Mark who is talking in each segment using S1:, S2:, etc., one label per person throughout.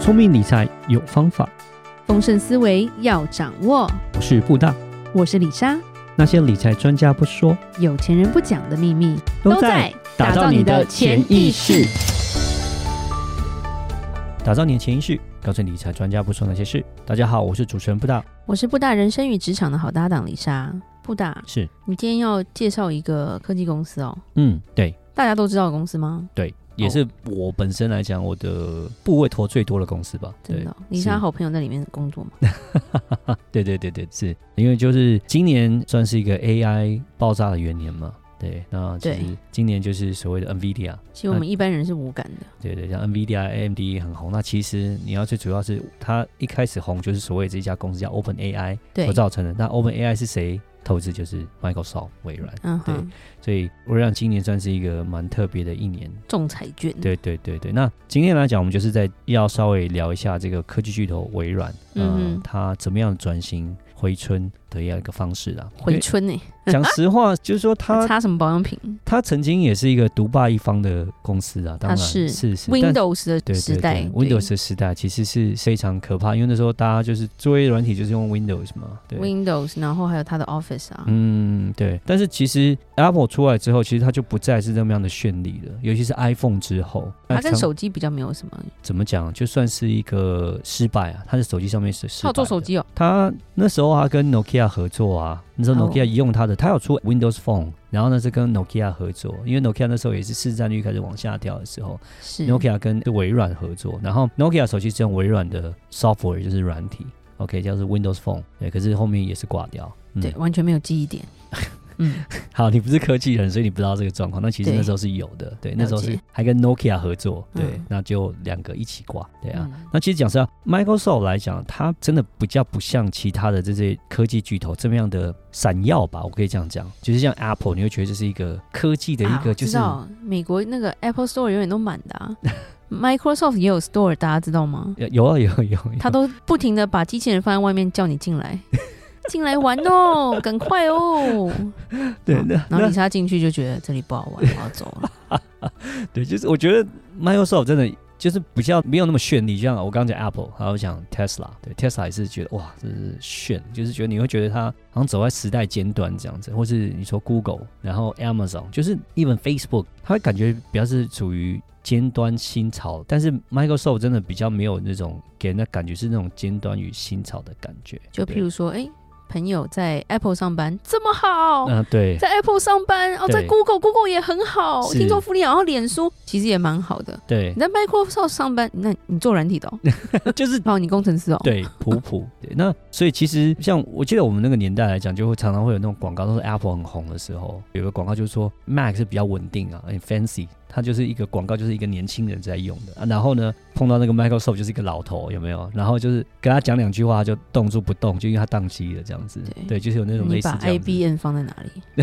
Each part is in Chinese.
S1: 聪明理财有方法，
S2: 丰盛思维要掌握。
S1: 我是布大。
S2: 我是李莎，
S1: 那些理财专家不说，
S2: 有钱人不讲的秘密
S1: 打造你的潜意识。，打造你的潜意识，告诉理财专家不说那些事。大家好，我是主持人布大，
S2: 我是布大人生与职场的好搭档李莎。布大，
S1: 是，
S2: 你今天要介绍一个科技公司哦，
S1: 嗯，对
S2: 大家都知道的公司吗？
S1: 对，也是我本身来讲，我的部位投最多的公司吧。
S2: 真
S1: 对
S2: 的哦，李莎好朋友在里面工作吗？
S1: 对对对对，是因为就是今年算是一个 AI 爆炸的元年嘛。对，那其
S2: 对
S1: 实今年就是所谓的 NVIDIA，
S2: 其实我们一般人是无感的。
S1: 对对，像 NVIDIA、AMD 很红。那其实你要最主要是它一开始红就是所谓这家公司叫 OpenAI
S2: 对
S1: 所，造成的。那 OpenAI 是谁投资？就是 Microsoft 微软。
S2: 嗯
S1: 对
S2: 哼，
S1: 所以微软今年算是一个蛮特别的一年。
S2: 中彩券。
S1: 对对对对，那今天来讲，我们就是在要稍微聊一下这个科技巨头微软，
S2: 嗯
S1: 嗯、
S2: 哼
S1: 它怎么样转型回春的一样一个方式啦。
S2: 回春呢、
S1: 因为讲实话，就是说 它
S2: 擦什么保养品
S1: 它曾经也是一个独霸一方的公司啊，当然
S2: 它是
S1: 是是但
S2: ？Windows 的
S1: 对
S2: 时代
S1: 对对 Windows 的时代其实是非常可怕，因为那时候大家就是作业软体就是用 Windows 嘛，对。
S2: Windows，然后还有它的 Office 啊，
S1: 嗯，对，但是其实 Apple 出来之后，其实它就不再是那么样的绚丽了，尤其是 iPhone 之后，
S2: 它
S1: 那
S2: 跟
S1: 常
S2: 手机比较没有什么。
S1: 怎么讲，就算是一个失败啊，它是手机上面是失败
S2: 它有
S1: 的。
S2: 做手机哦，
S1: 他那时候他啊跟 Nokia 合作啊，那时候
S2: 哦
S1: Nokia 用他的，他有出 Windows Phone，然后呢是跟 Nokia 合作，因为 Nokia 那时候也是市占率开始往下掉的时候
S2: 是
S1: ，Nokia 跟微软合作，然后 Nokia 手机是用微软的 software，就是软体，OK，叫做 Windows Phone，对，可是后面也是挂掉。嗯
S2: 对，，完全没有记 忆点。嗯，
S1: 好，你不是科技人，所以你不知道这个状况。那其实
S2: 对
S1: 那时候是有的，对，那
S2: 了
S1: 时候是
S2: 解
S1: 还跟 Nokia 合作，对，
S2: 嗯
S1: 那就两个一起挂，对啊。
S2: 嗯
S1: 那其实讲实话，Microsoft 来讲，它真的比较不像其他的这些科技巨头这么样的闪耀吧，我可以这样讲，就是像 Apple，你会觉得这是一个科技的一
S2: 啊我
S1: 个就
S2: 知
S1: 是、
S2: 道美国那个 Apple Store 永远都满的 啊，Microsoft 也有 Store，大家知道吗？
S1: 有有啊有有有，
S2: 他都不停的把机器人放在外面叫你进 来，进来玩哦，赶快哦。
S1: 对
S2: 好
S1: 那
S2: 然后
S1: 那
S2: 李莎进去就觉得这里不好玩，我要走 了。
S1: 对，就是我觉得 Microsoft 真的。就是比较没有那么绚丽，就像我刚刚讲 Apple，还有讲 Tesla，对 Tesla 也是觉得哇，这是炫，就是觉得你会觉得它好像走在时代尖端这样子，或是你说 Google，然后 Amazon，就是 even Facebook，它会感觉比较是处于尖端新潮，但是 Microsoft 真的比较没有那种给人的感觉是那种尖端与新潮的感觉，
S2: 就譬
S1: 对
S2: 如说，哎、朋友在 Apple 上班这么好，
S1: 嗯、对，
S2: 在 Apple 上班哦，
S1: 对
S2: 在 Google Google 也很好，
S1: 是
S2: 听说福利好，然后脸书其实也蛮好的。
S1: 对
S2: 你，在 Microsoft 上班，那你做软体的哦，
S1: 就是
S2: 哦，你工程师哦，
S1: 对，普普。对，那所以其实像我记得我们那个年代来讲，就会常常会有那种广告，都是 Apple 很红的时候，有个广告就是说 Mac 是比较稳定啊，很 fancy，它就是一个广告，就是一个年轻人在用的。啊、然后呢，碰到那个 Microsoft 就是一个老头，有没有？然后就是跟他讲两句话，他就动住不动，就因为他宕机了这样子。
S2: 对
S1: 对，就是有那种类
S2: 你
S1: 似
S2: 把
S1: 这样子。
S2: IBM 放在哪 里？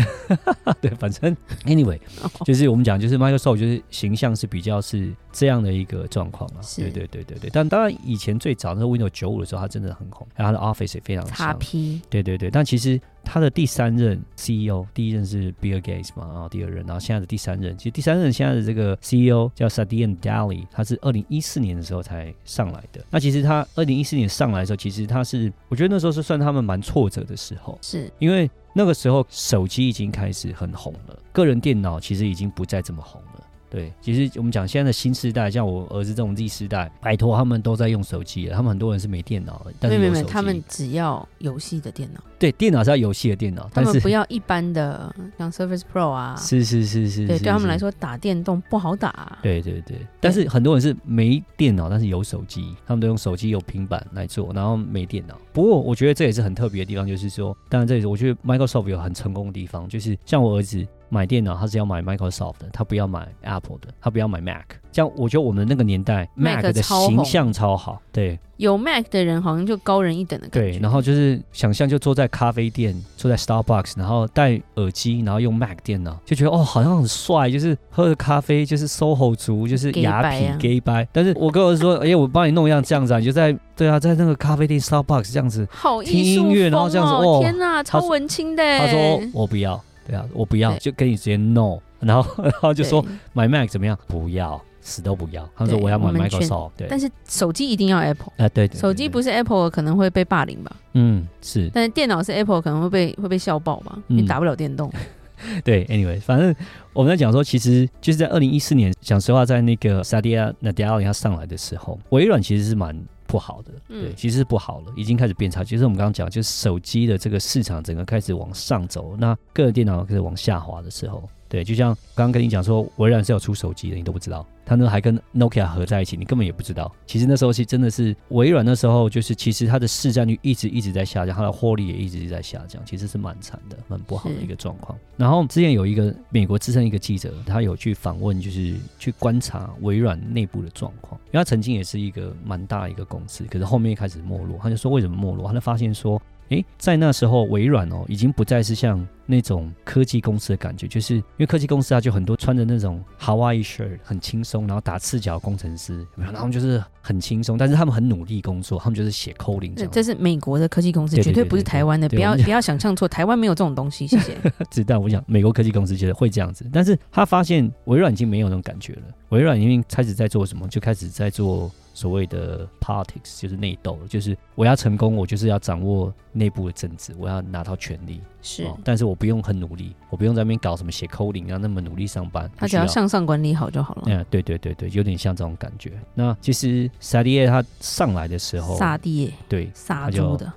S1: 对，反正 anyway，
S2: 哦
S1: 就是我们讲，就是 Microsoft 就是形象是比较是这样的一个状况啊。
S2: 是
S1: 对对对对对，但当然以前最早那个 Windows 九五的时候，它真的很红，然后它的 Office 也非常
S2: 叉
S1: 强。
S2: P
S1: 对对对，但其实它的第三任 CEO，第一任是 Bill Gates 嘛，然后第二任，然后现在的第三任，其实第三任现在的这个 CEO 叫 Satya Nadella，他是二零一四年的时候才上来的。那其实他二零一四年上来的时候，其实他是我觉得那时候是算他们蛮挫折的时候，
S2: 是
S1: 因为那个时候手机已经开始很红了，个人电脑其实已经不再这么红了。对，其实我们讲现在的新时代，像我儿子这种 Z 世代，拜托他们都在用手机了，他们很多人是没电脑的，但
S2: 没
S1: 是
S2: 有没
S1: 有手机。
S2: 有没有，他们只要游戏的电脑，
S1: 对电脑是要游戏的电脑，
S2: 他
S1: 但
S2: 们
S1: 是
S2: 不要一般的像 Surface Pro 啊，
S1: 是是是是，
S2: 对，
S1: 是
S2: 对他们
S1: 是
S2: 来说打电动不好打啊。
S1: 对对对，但是很多人是没电脑，但是有手机，他们都用手机有平板来做，然后没电脑。不过我觉得这也是很特别的地方，就是说，当然这也是我觉得 Microsoft 有很成功的地方，就是像我儿子买电脑，他是要买 Microsoft 的，他不要买 Apple 的，他不要买 Mac。这样我觉得我们那个年代
S2: Mac
S1: 的
S2: 超
S1: 形
S2: 红
S1: 象超好，对
S2: 有 Mac 的人好像就高人一等的感觉。
S1: 对，然后就是想象就坐在咖啡店，坐在 Starbucks，然后戴耳机，然后用 Mac 电脑，就觉得哦，好像很帅，就是喝着咖啡，就是 SOHO 族，就是雅痞
S2: 啊
S1: gay 掰、但是我跟我说，哎、我帮你弄一样这样子啊，你就在对啊，在那个咖啡店 Starbucks 这样子。
S2: 好
S1: 听
S2: 艺术
S1: 音乐然后
S2: 风
S1: 这样子哦
S2: 哦天哪，超文青的耶。
S1: 他说我不要，对啊，我不要，
S2: 嗯对
S1: 就跟你直接 no，然后然后就说
S2: 对
S1: 买 Mac 怎么样？不要。死都不要。他们说
S2: 对
S1: 我要买
S2: 我们劝
S1: Microsoft，对，啊、啊
S2: 但是手机一定要 Apple，
S1: 对，对
S2: 手机，
S1: 对
S2: 不是 Apple 可能会被霸凌吧？
S1: 嗯，是
S2: 但是电脑是 Apple 可能会被会被笑爆吧？
S1: 嗯
S2: 你打不了电动，
S1: 对。Anyway，反正我们在讲说，其实就是在二零一四年，讲实话，在那个 Sadia Nadella 他上来的时候，微软其实是蛮。不好的，
S2: 嗯
S1: 对，其实是不好了，已经开始变差。其实我们刚刚讲，就是手机的这个市场整个开始往上走，那个人电脑开始往下滑的时候，对，就像刚刚跟你讲说，微软是有出手机的，你都不知道，他那还跟 Nokia 合在一起，你根本也不知道。其实那时候是真的是微软那时候就是，其实它的市占率一直一直在下降，它的获利也一直在下降，其实是蛮惨的，蛮不好的
S2: 是
S1: 一个状况。然后之前有一个美国资深一个记者，他有去访问，就是去观察微软内部的状况，因为他曾经也是一个蛮大的一个公司，可是后面开始没落，他就说为什么没落？他就发现说，诶，在那时候，微软哦，已经不再是像那种科技公司的感觉，就是因为科技公司啊，就很多穿着那种 Hawaii shirt 很轻松，然后打赤脚的工程师，有没有然后他们就是很轻松，但是他们很努力工作，他们就是写 coding 这
S2: 这
S1: 样，
S2: 这是美国的科技公司，
S1: 对对
S2: 绝
S1: 对
S2: 不是
S1: 对对
S2: 台湾的，
S1: 对
S2: 不要
S1: 我们
S2: 不要想象错，台湾没有这种东西，谢谢。
S1: 子弹，我想美国科技公司觉得会这样子，但是他发现微软已经没有那种感觉了。微软已经开始在做什么？就开始在做所谓的 politics，就是内斗了，就是我要成功，我就是要掌握内部的政治，我要拿到权力。
S2: 是，
S1: 哦，但是我不用很努力，我不用在那边搞什么写 coding 啊，那么努力上班。
S2: 他
S1: 不需
S2: 只要向上管理好就好了。
S1: 嗯，对对对对，有点像这种感觉。那其实萨利耶他上来的时候，
S2: 萨地耶
S1: 对
S2: 萨
S1: 他就
S2: 猪的，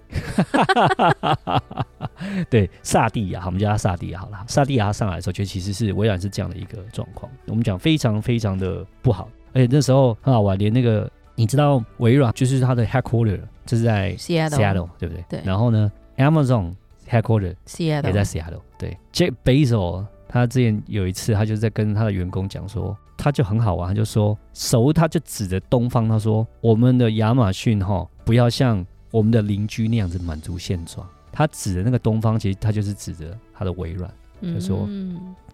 S1: 对，萨蒂亚，好我们叫他萨蒂亚好了。萨蒂亚他上来的时候，就其实是微软是这样的一个状况，我们讲非常非常的不好，而且那时候很好玩，连那个你知道微软就是它的 headquarter，这是在
S2: Seattle，Seattle，
S1: Seattle，对不对？
S2: 对
S1: 然后呢，Amazon headquarter 也在 Seattle。对，Jeff Bezos 他之前有一次，他就在跟他的员工讲说，他就很好玩，他就说手他就指着东方，他说我们的亚马逊哈，不要像我们的邻居那样子满足现状。他指的那个东方，其实他就是指着他的微软。
S2: 嗯
S1: 就说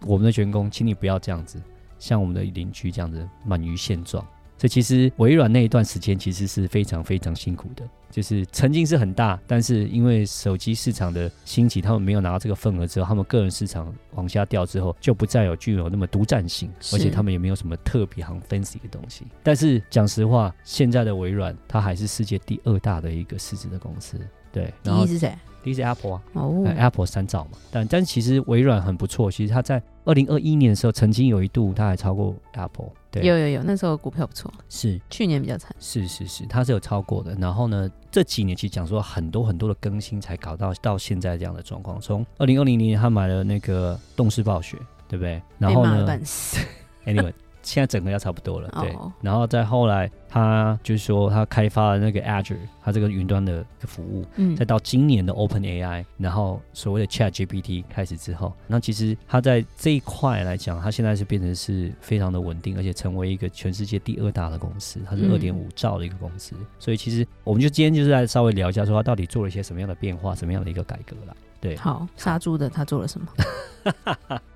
S1: 我们的员工，请你不要这样子，像我们的邻居这样子满于现状。所以其实微软那一段时间其实是非常非常辛苦的，就是曾经是很大，但是因为手机市场的兴起，他们没有拿到这个份额之后，他们个人市场往下掉之后，就不再有具有那么独占性，
S2: 是
S1: 而且他们也没有什么特别很 fancy 的东西。但是讲实话，现在的微软它还是世界第二大的一个市值的公司，对，
S2: 第
S1: 然后
S2: 一是谁？
S1: 第一是 Apple 啊，
S2: 哦
S1: 呃，Apple 三兆嘛，但但其实微软很不错，其实它在二零二一年的时候，曾经有一度它还超过 Apple，对，
S2: 有有有，那时候股票不错，
S1: 是
S2: 去年比较惨。
S1: 是是是，它是有超过的。然后呢，这几年其实讲说很多很多的更新才搞到到现在这样的状况。从二零二零年他买了那个动视暴雪，对不对？然
S2: 被
S1: 后
S2: 骂了
S1: 呢
S2: 半死，
S1: ，Anyway，现在整合要差不多了，对。
S2: 哦
S1: 然后再后来，他就是说他开发了那个 Azure，它这个云端的服务，
S2: 嗯
S1: 再，到今年的 Open AI，然后所谓的 Chat GPT 开始之后，那其实它在这一块来讲，它现在是变成是非常的稳定，而且成为一个全世界第二大的公司，它是二
S2: 嗯
S1: 点五兆的一个公司。所以其实我们就今天就是来稍微聊一下，说它到底做了一些什么样的变化，什么样的一个改革啦。对，
S2: 好，杀猪的他做了 什么？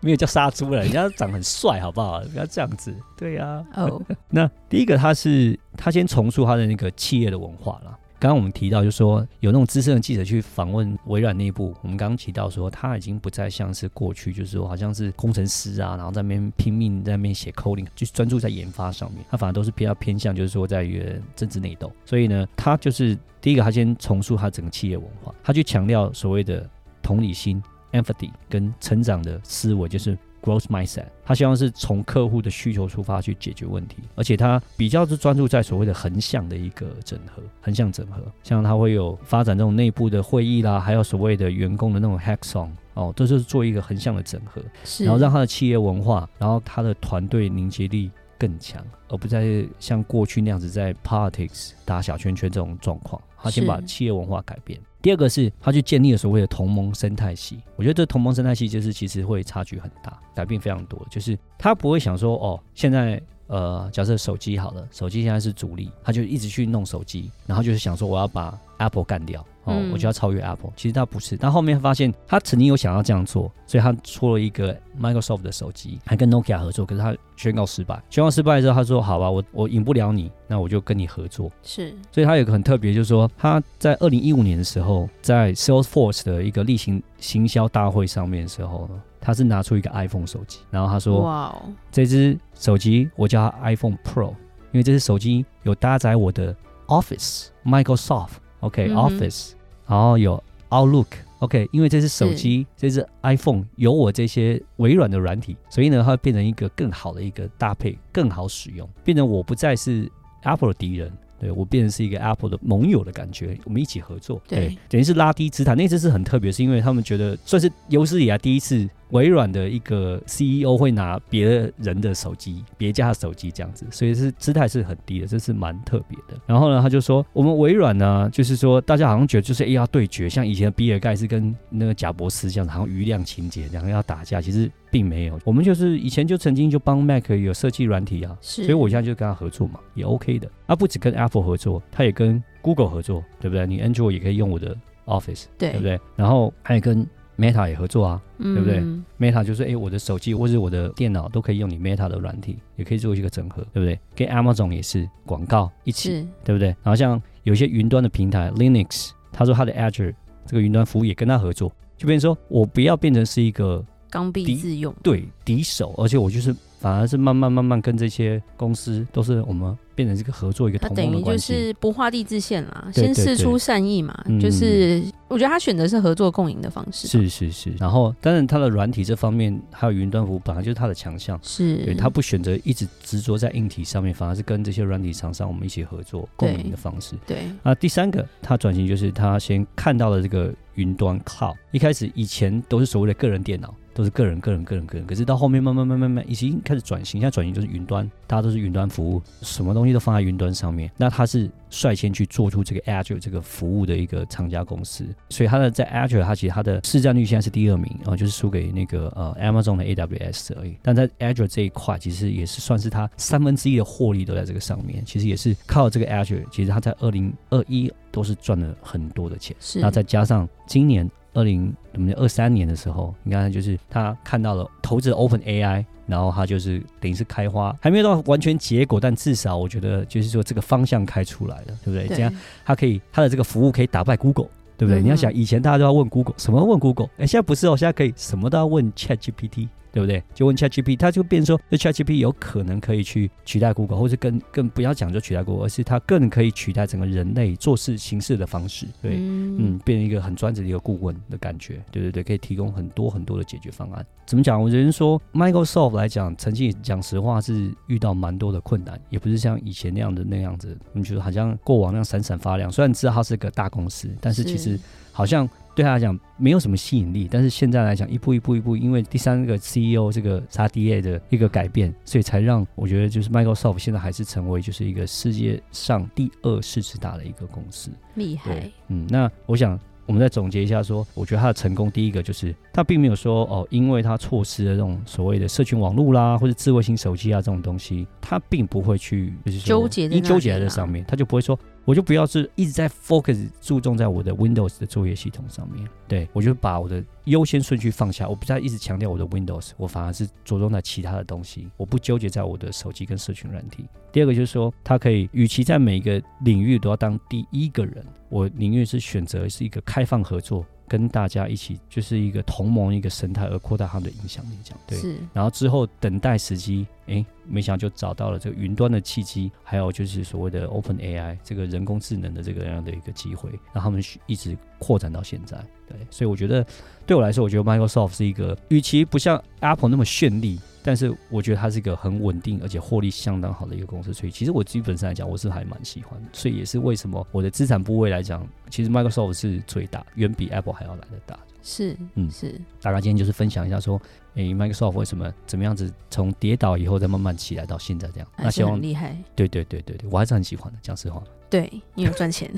S1: 没有叫杀猪了，人家长很帅，好不好？不要这样子。对呀、
S2: 哦，
S1: 那第一个，他是他先重塑他的那个企业的文化啦。刚刚我们提到，就说有那种资深的记者去访问微软内部，我们刚刚提到说，他已经不再像是过去，就是说好像是工程师啊，然后在那边拼命在那边写 coding，就专注在研发上面，他反而都是比较偏向就是说在于政治内斗。所以呢，他就是第一个，他先重塑他整个企业文化，他去强调所谓的同理心 （empathy） 跟成长的思维，就是 growth mindset。他希望是从客户的需求出发去解决问题，而且他比较是专注在所谓的横向的一个整合，横向整合，像他会有发展这种内部的会议啦，还有所谓的员工的那种 hackathon。哦，这就是做一个横向的整合，
S2: 是，
S1: 然后让他的企业文化，然后他的团队凝结力更强，而不再像过去那样子在 politics 打小圈圈这种状况。他先
S2: 是
S1: 把企业文化改变。第二个是他去建立了所谓的同盟生态系，我觉得这同盟生态系就是其实会差距很大，改变非常多。就是他不会想说哦，现在呃，假设手机好了，手机现在是主力，他就一直去弄手机，然后就是想说我要把 Apple 干掉，哦，
S2: 嗯
S1: 我就要超越 Apple。其实它不是，但后面发现他曾经有想要这样做，所以他出了一个 Microsoft 的手机，还跟 Nokia 合作，可是他宣告失败。宣告失败之后，他说：“好吧，我我赢不了你，那我就跟你合作。”
S2: 是
S1: 所以他有一个很特别，就是说他在二零一五年的时候，在 Salesforce 的一个例行行销大会上面的时候呢，他是拿出一个 iPhone 手机，然后他说
S2: 哇哦，
S1: 这只手机我叫它 iPhone Pro，因为这只手机有搭载我的 Office Microsoft OK、
S2: 嗯哼
S1: Office，然后有 Outlook。OK，因为这只手机，这只 iPhone 有我这些微软的软体，所以呢，它会变成一个更好的一个搭配，更好使用，变成我不再是 Apple 的敌人，对我变成是一个 Apple 的盟友的感觉，我们一起合作，
S2: 对
S1: 等于是拉低资产。那次是很特别，是因为他们觉得算是有史以来第一次微软的一个 CEO 会拿别人的手机、别家的手机这样子，所以是姿态是很低的，这是蛮特别的。然后呢，他就说我们微软呢，就是说大家好像觉得就是哎要对决，像以前的比尔盖茨跟那个贾伯斯这样子，好像余量情节，两个要打架，其实并没有。我们就是以前就曾经就帮 Mac 有设计软体啊，
S2: 是，
S1: 所以我现在就跟他合作嘛，也 OK 的。他不只跟 Apple 合作，他也跟 Google 合作，对不对？你 Android 也可以用我的 Office，
S2: 对
S1: 对不对？然后还有跟 Meta 也合作啊
S2: 对
S1: 不对
S2: 嗯、
S1: ，Meta 就是诶，我的手机或者我的电脑都可以用你 Meta 的软体，也可以做一个整合，对不对？跟 Amazon 也是广告一起，
S2: 是
S1: 对不对？然后像有一些云端的平台 Linux，他说他的 Azure 这个云端服务也跟他合作，就变成说我不要变成是一个
S2: 刚愎
S1: 敌
S2: 自用，
S1: 对敌手，而且我就是反而是慢慢慢慢跟这些公司都是我们变成这个合作一个
S2: 他
S1: 同
S2: 等
S1: 盟的
S2: 于就
S1: 关系。
S2: 是不画地自限啦，
S1: 对对
S2: 先试
S1: 对
S2: 出善意嘛，
S1: 嗯
S2: 就是我觉得他选择是合作共赢的方式吧，啊
S1: 是是是，然后当然它的软体这方面还有云端服务本来就是它的强项，
S2: 是，
S1: 对它不选择一直执着在硬体上面，反而是跟这些软体厂商我们一起合作共
S2: 对
S1: 赢的方式。
S2: 对
S1: 啊，第三个，它转型就是它先看到了这个云端 cloud。一开始以前都是所谓的个人电脑，都是个人、个人、个人、个人，可是到后面慢慢、慢慢、慢慢，已经开始转型。现在转型就是云端，大家都是云端服务，什么东西都放在云端上面。那它是率先去做出这个 Azure 这个服务的一个厂家公司，所以它的在 Azure 它其实它的市占率现在是第二名啊、就是输给那个呃 Amazon 的 AWS 而已。但在 Azure 这一块，其实也是算是它三分之一的获利都在这个上面，其实也是靠这个 Azure，其实它在二零二一都是赚了很多的钱。
S2: 是，
S1: 那再加上今年二零我们二三年的时候，你看就是他看到了投资 Open AI，然后他就是等于是开花，还没有到完全结果，但至少我觉得就是说这个方向开出来了，对不对？
S2: 对
S1: 这样它可以它的这个服务可以打败 Google。对不对？
S2: 嗯哼
S1: 你要想，以前大家都要问 Google，什么问 Google？哎，现在不是哦，现在可以什么都要问 ChatGPT，对不对？就问 ChatGPT，它就变成说，这 ChatGPT 有可能可以去取代 Google，或是更更不要讲就取代 Google，而是它更可以取代整个人类做事行事的方式。对，嗯
S2: 嗯，
S1: 变成一个很专职的一个顾问的感觉，对对对，可以提供很多很多的解决方案。怎么讲？我觉得说 Microsoft 来讲，曾经讲实话是遇到蛮多的困难，也不是像以前那样的那样子，你觉得好像过往那样闪闪发亮。虽然知道它是个大公司，但是其实好像对他来讲没有什么吸引力，但是现在来讲，一步一步一步，因为第三个 CEO 这个 XDA 的一个改变，所以才让我觉得就是 Microsoft 现在还是成为就是一个世界上第二市值大的一个公司。
S2: 厉
S1: 对
S2: 害，，
S1: 嗯，那我想我们再总结一下说，我觉得他的成功，第一个就是他并没有说哦，因为他错失了这种所谓的社群网络啦，或者智慧型手机啊这种东西，他并不会去就是说
S2: 纠结在
S1: 一
S2: 那啊
S1: 纠结在
S2: 里
S1: 这
S2: 啦
S1: 上面，他就不会说。我就不要是一直在 focus 注重在我的 Windows 的作业系统上面，对我就把我的优先顺序放下，我不再一直强调我的 Windows，我反而是着重在其他的东西，我不纠结在我的手机跟社群软体。第二个就是说，他可以与其在每一个领域都要当第一个人，我宁愿是选择是一个开放合作，跟大家一起就是一个同盟一个生态，而扩大他的影响力。这样对。
S2: 是
S1: 然后之后等待时机，诶，没想到就找到了这个云端的契机，还有就是所谓的 Open AI 这个人工智能的这个样的一个机会，让他们去一直扩展到现在。对，所以我觉得对我来说，我觉得 Microsoft 是一个，与其不像 Apple 那么绚丽，但是我觉得它是一个很稳定而且获利相当好的一个公司。所以其实我基本上来讲，我是还蛮喜欢的，所以也是为什么我的资产部位来讲，其实 Microsoft 是最大，远比 Apple 还要来的大。
S2: 是
S1: 嗯
S2: 是，
S1: 大概今天就是分享一下说，诶、m i c r o s o f t 为什么怎么样子从跌倒以后再慢慢起来到现在这样。那
S2: 还
S1: 希
S2: 是
S1: 望
S2: 很厉害，
S1: 对对对对对，我还是很喜欢的，讲实 话，
S2: 对，因为有 赚钱，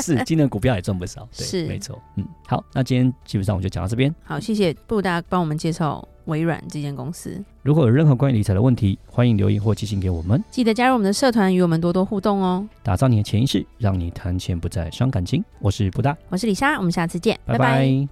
S1: 是今天股票也赚不少，对，
S2: 是
S1: 没错，嗯，好，那今天基本上我就讲到这边，
S2: 好，谢谢，不如大家帮我们介绍微软这间公司。
S1: 如果有任何关于理财的问题，欢迎留言或寄信给我们。
S2: 记得加入我们的社团，与我们多多互动哦。
S1: 打造你的潜意识，让你谈钱不再伤感情。我是布大，
S2: 我是李莎，我们下次见，
S1: 拜拜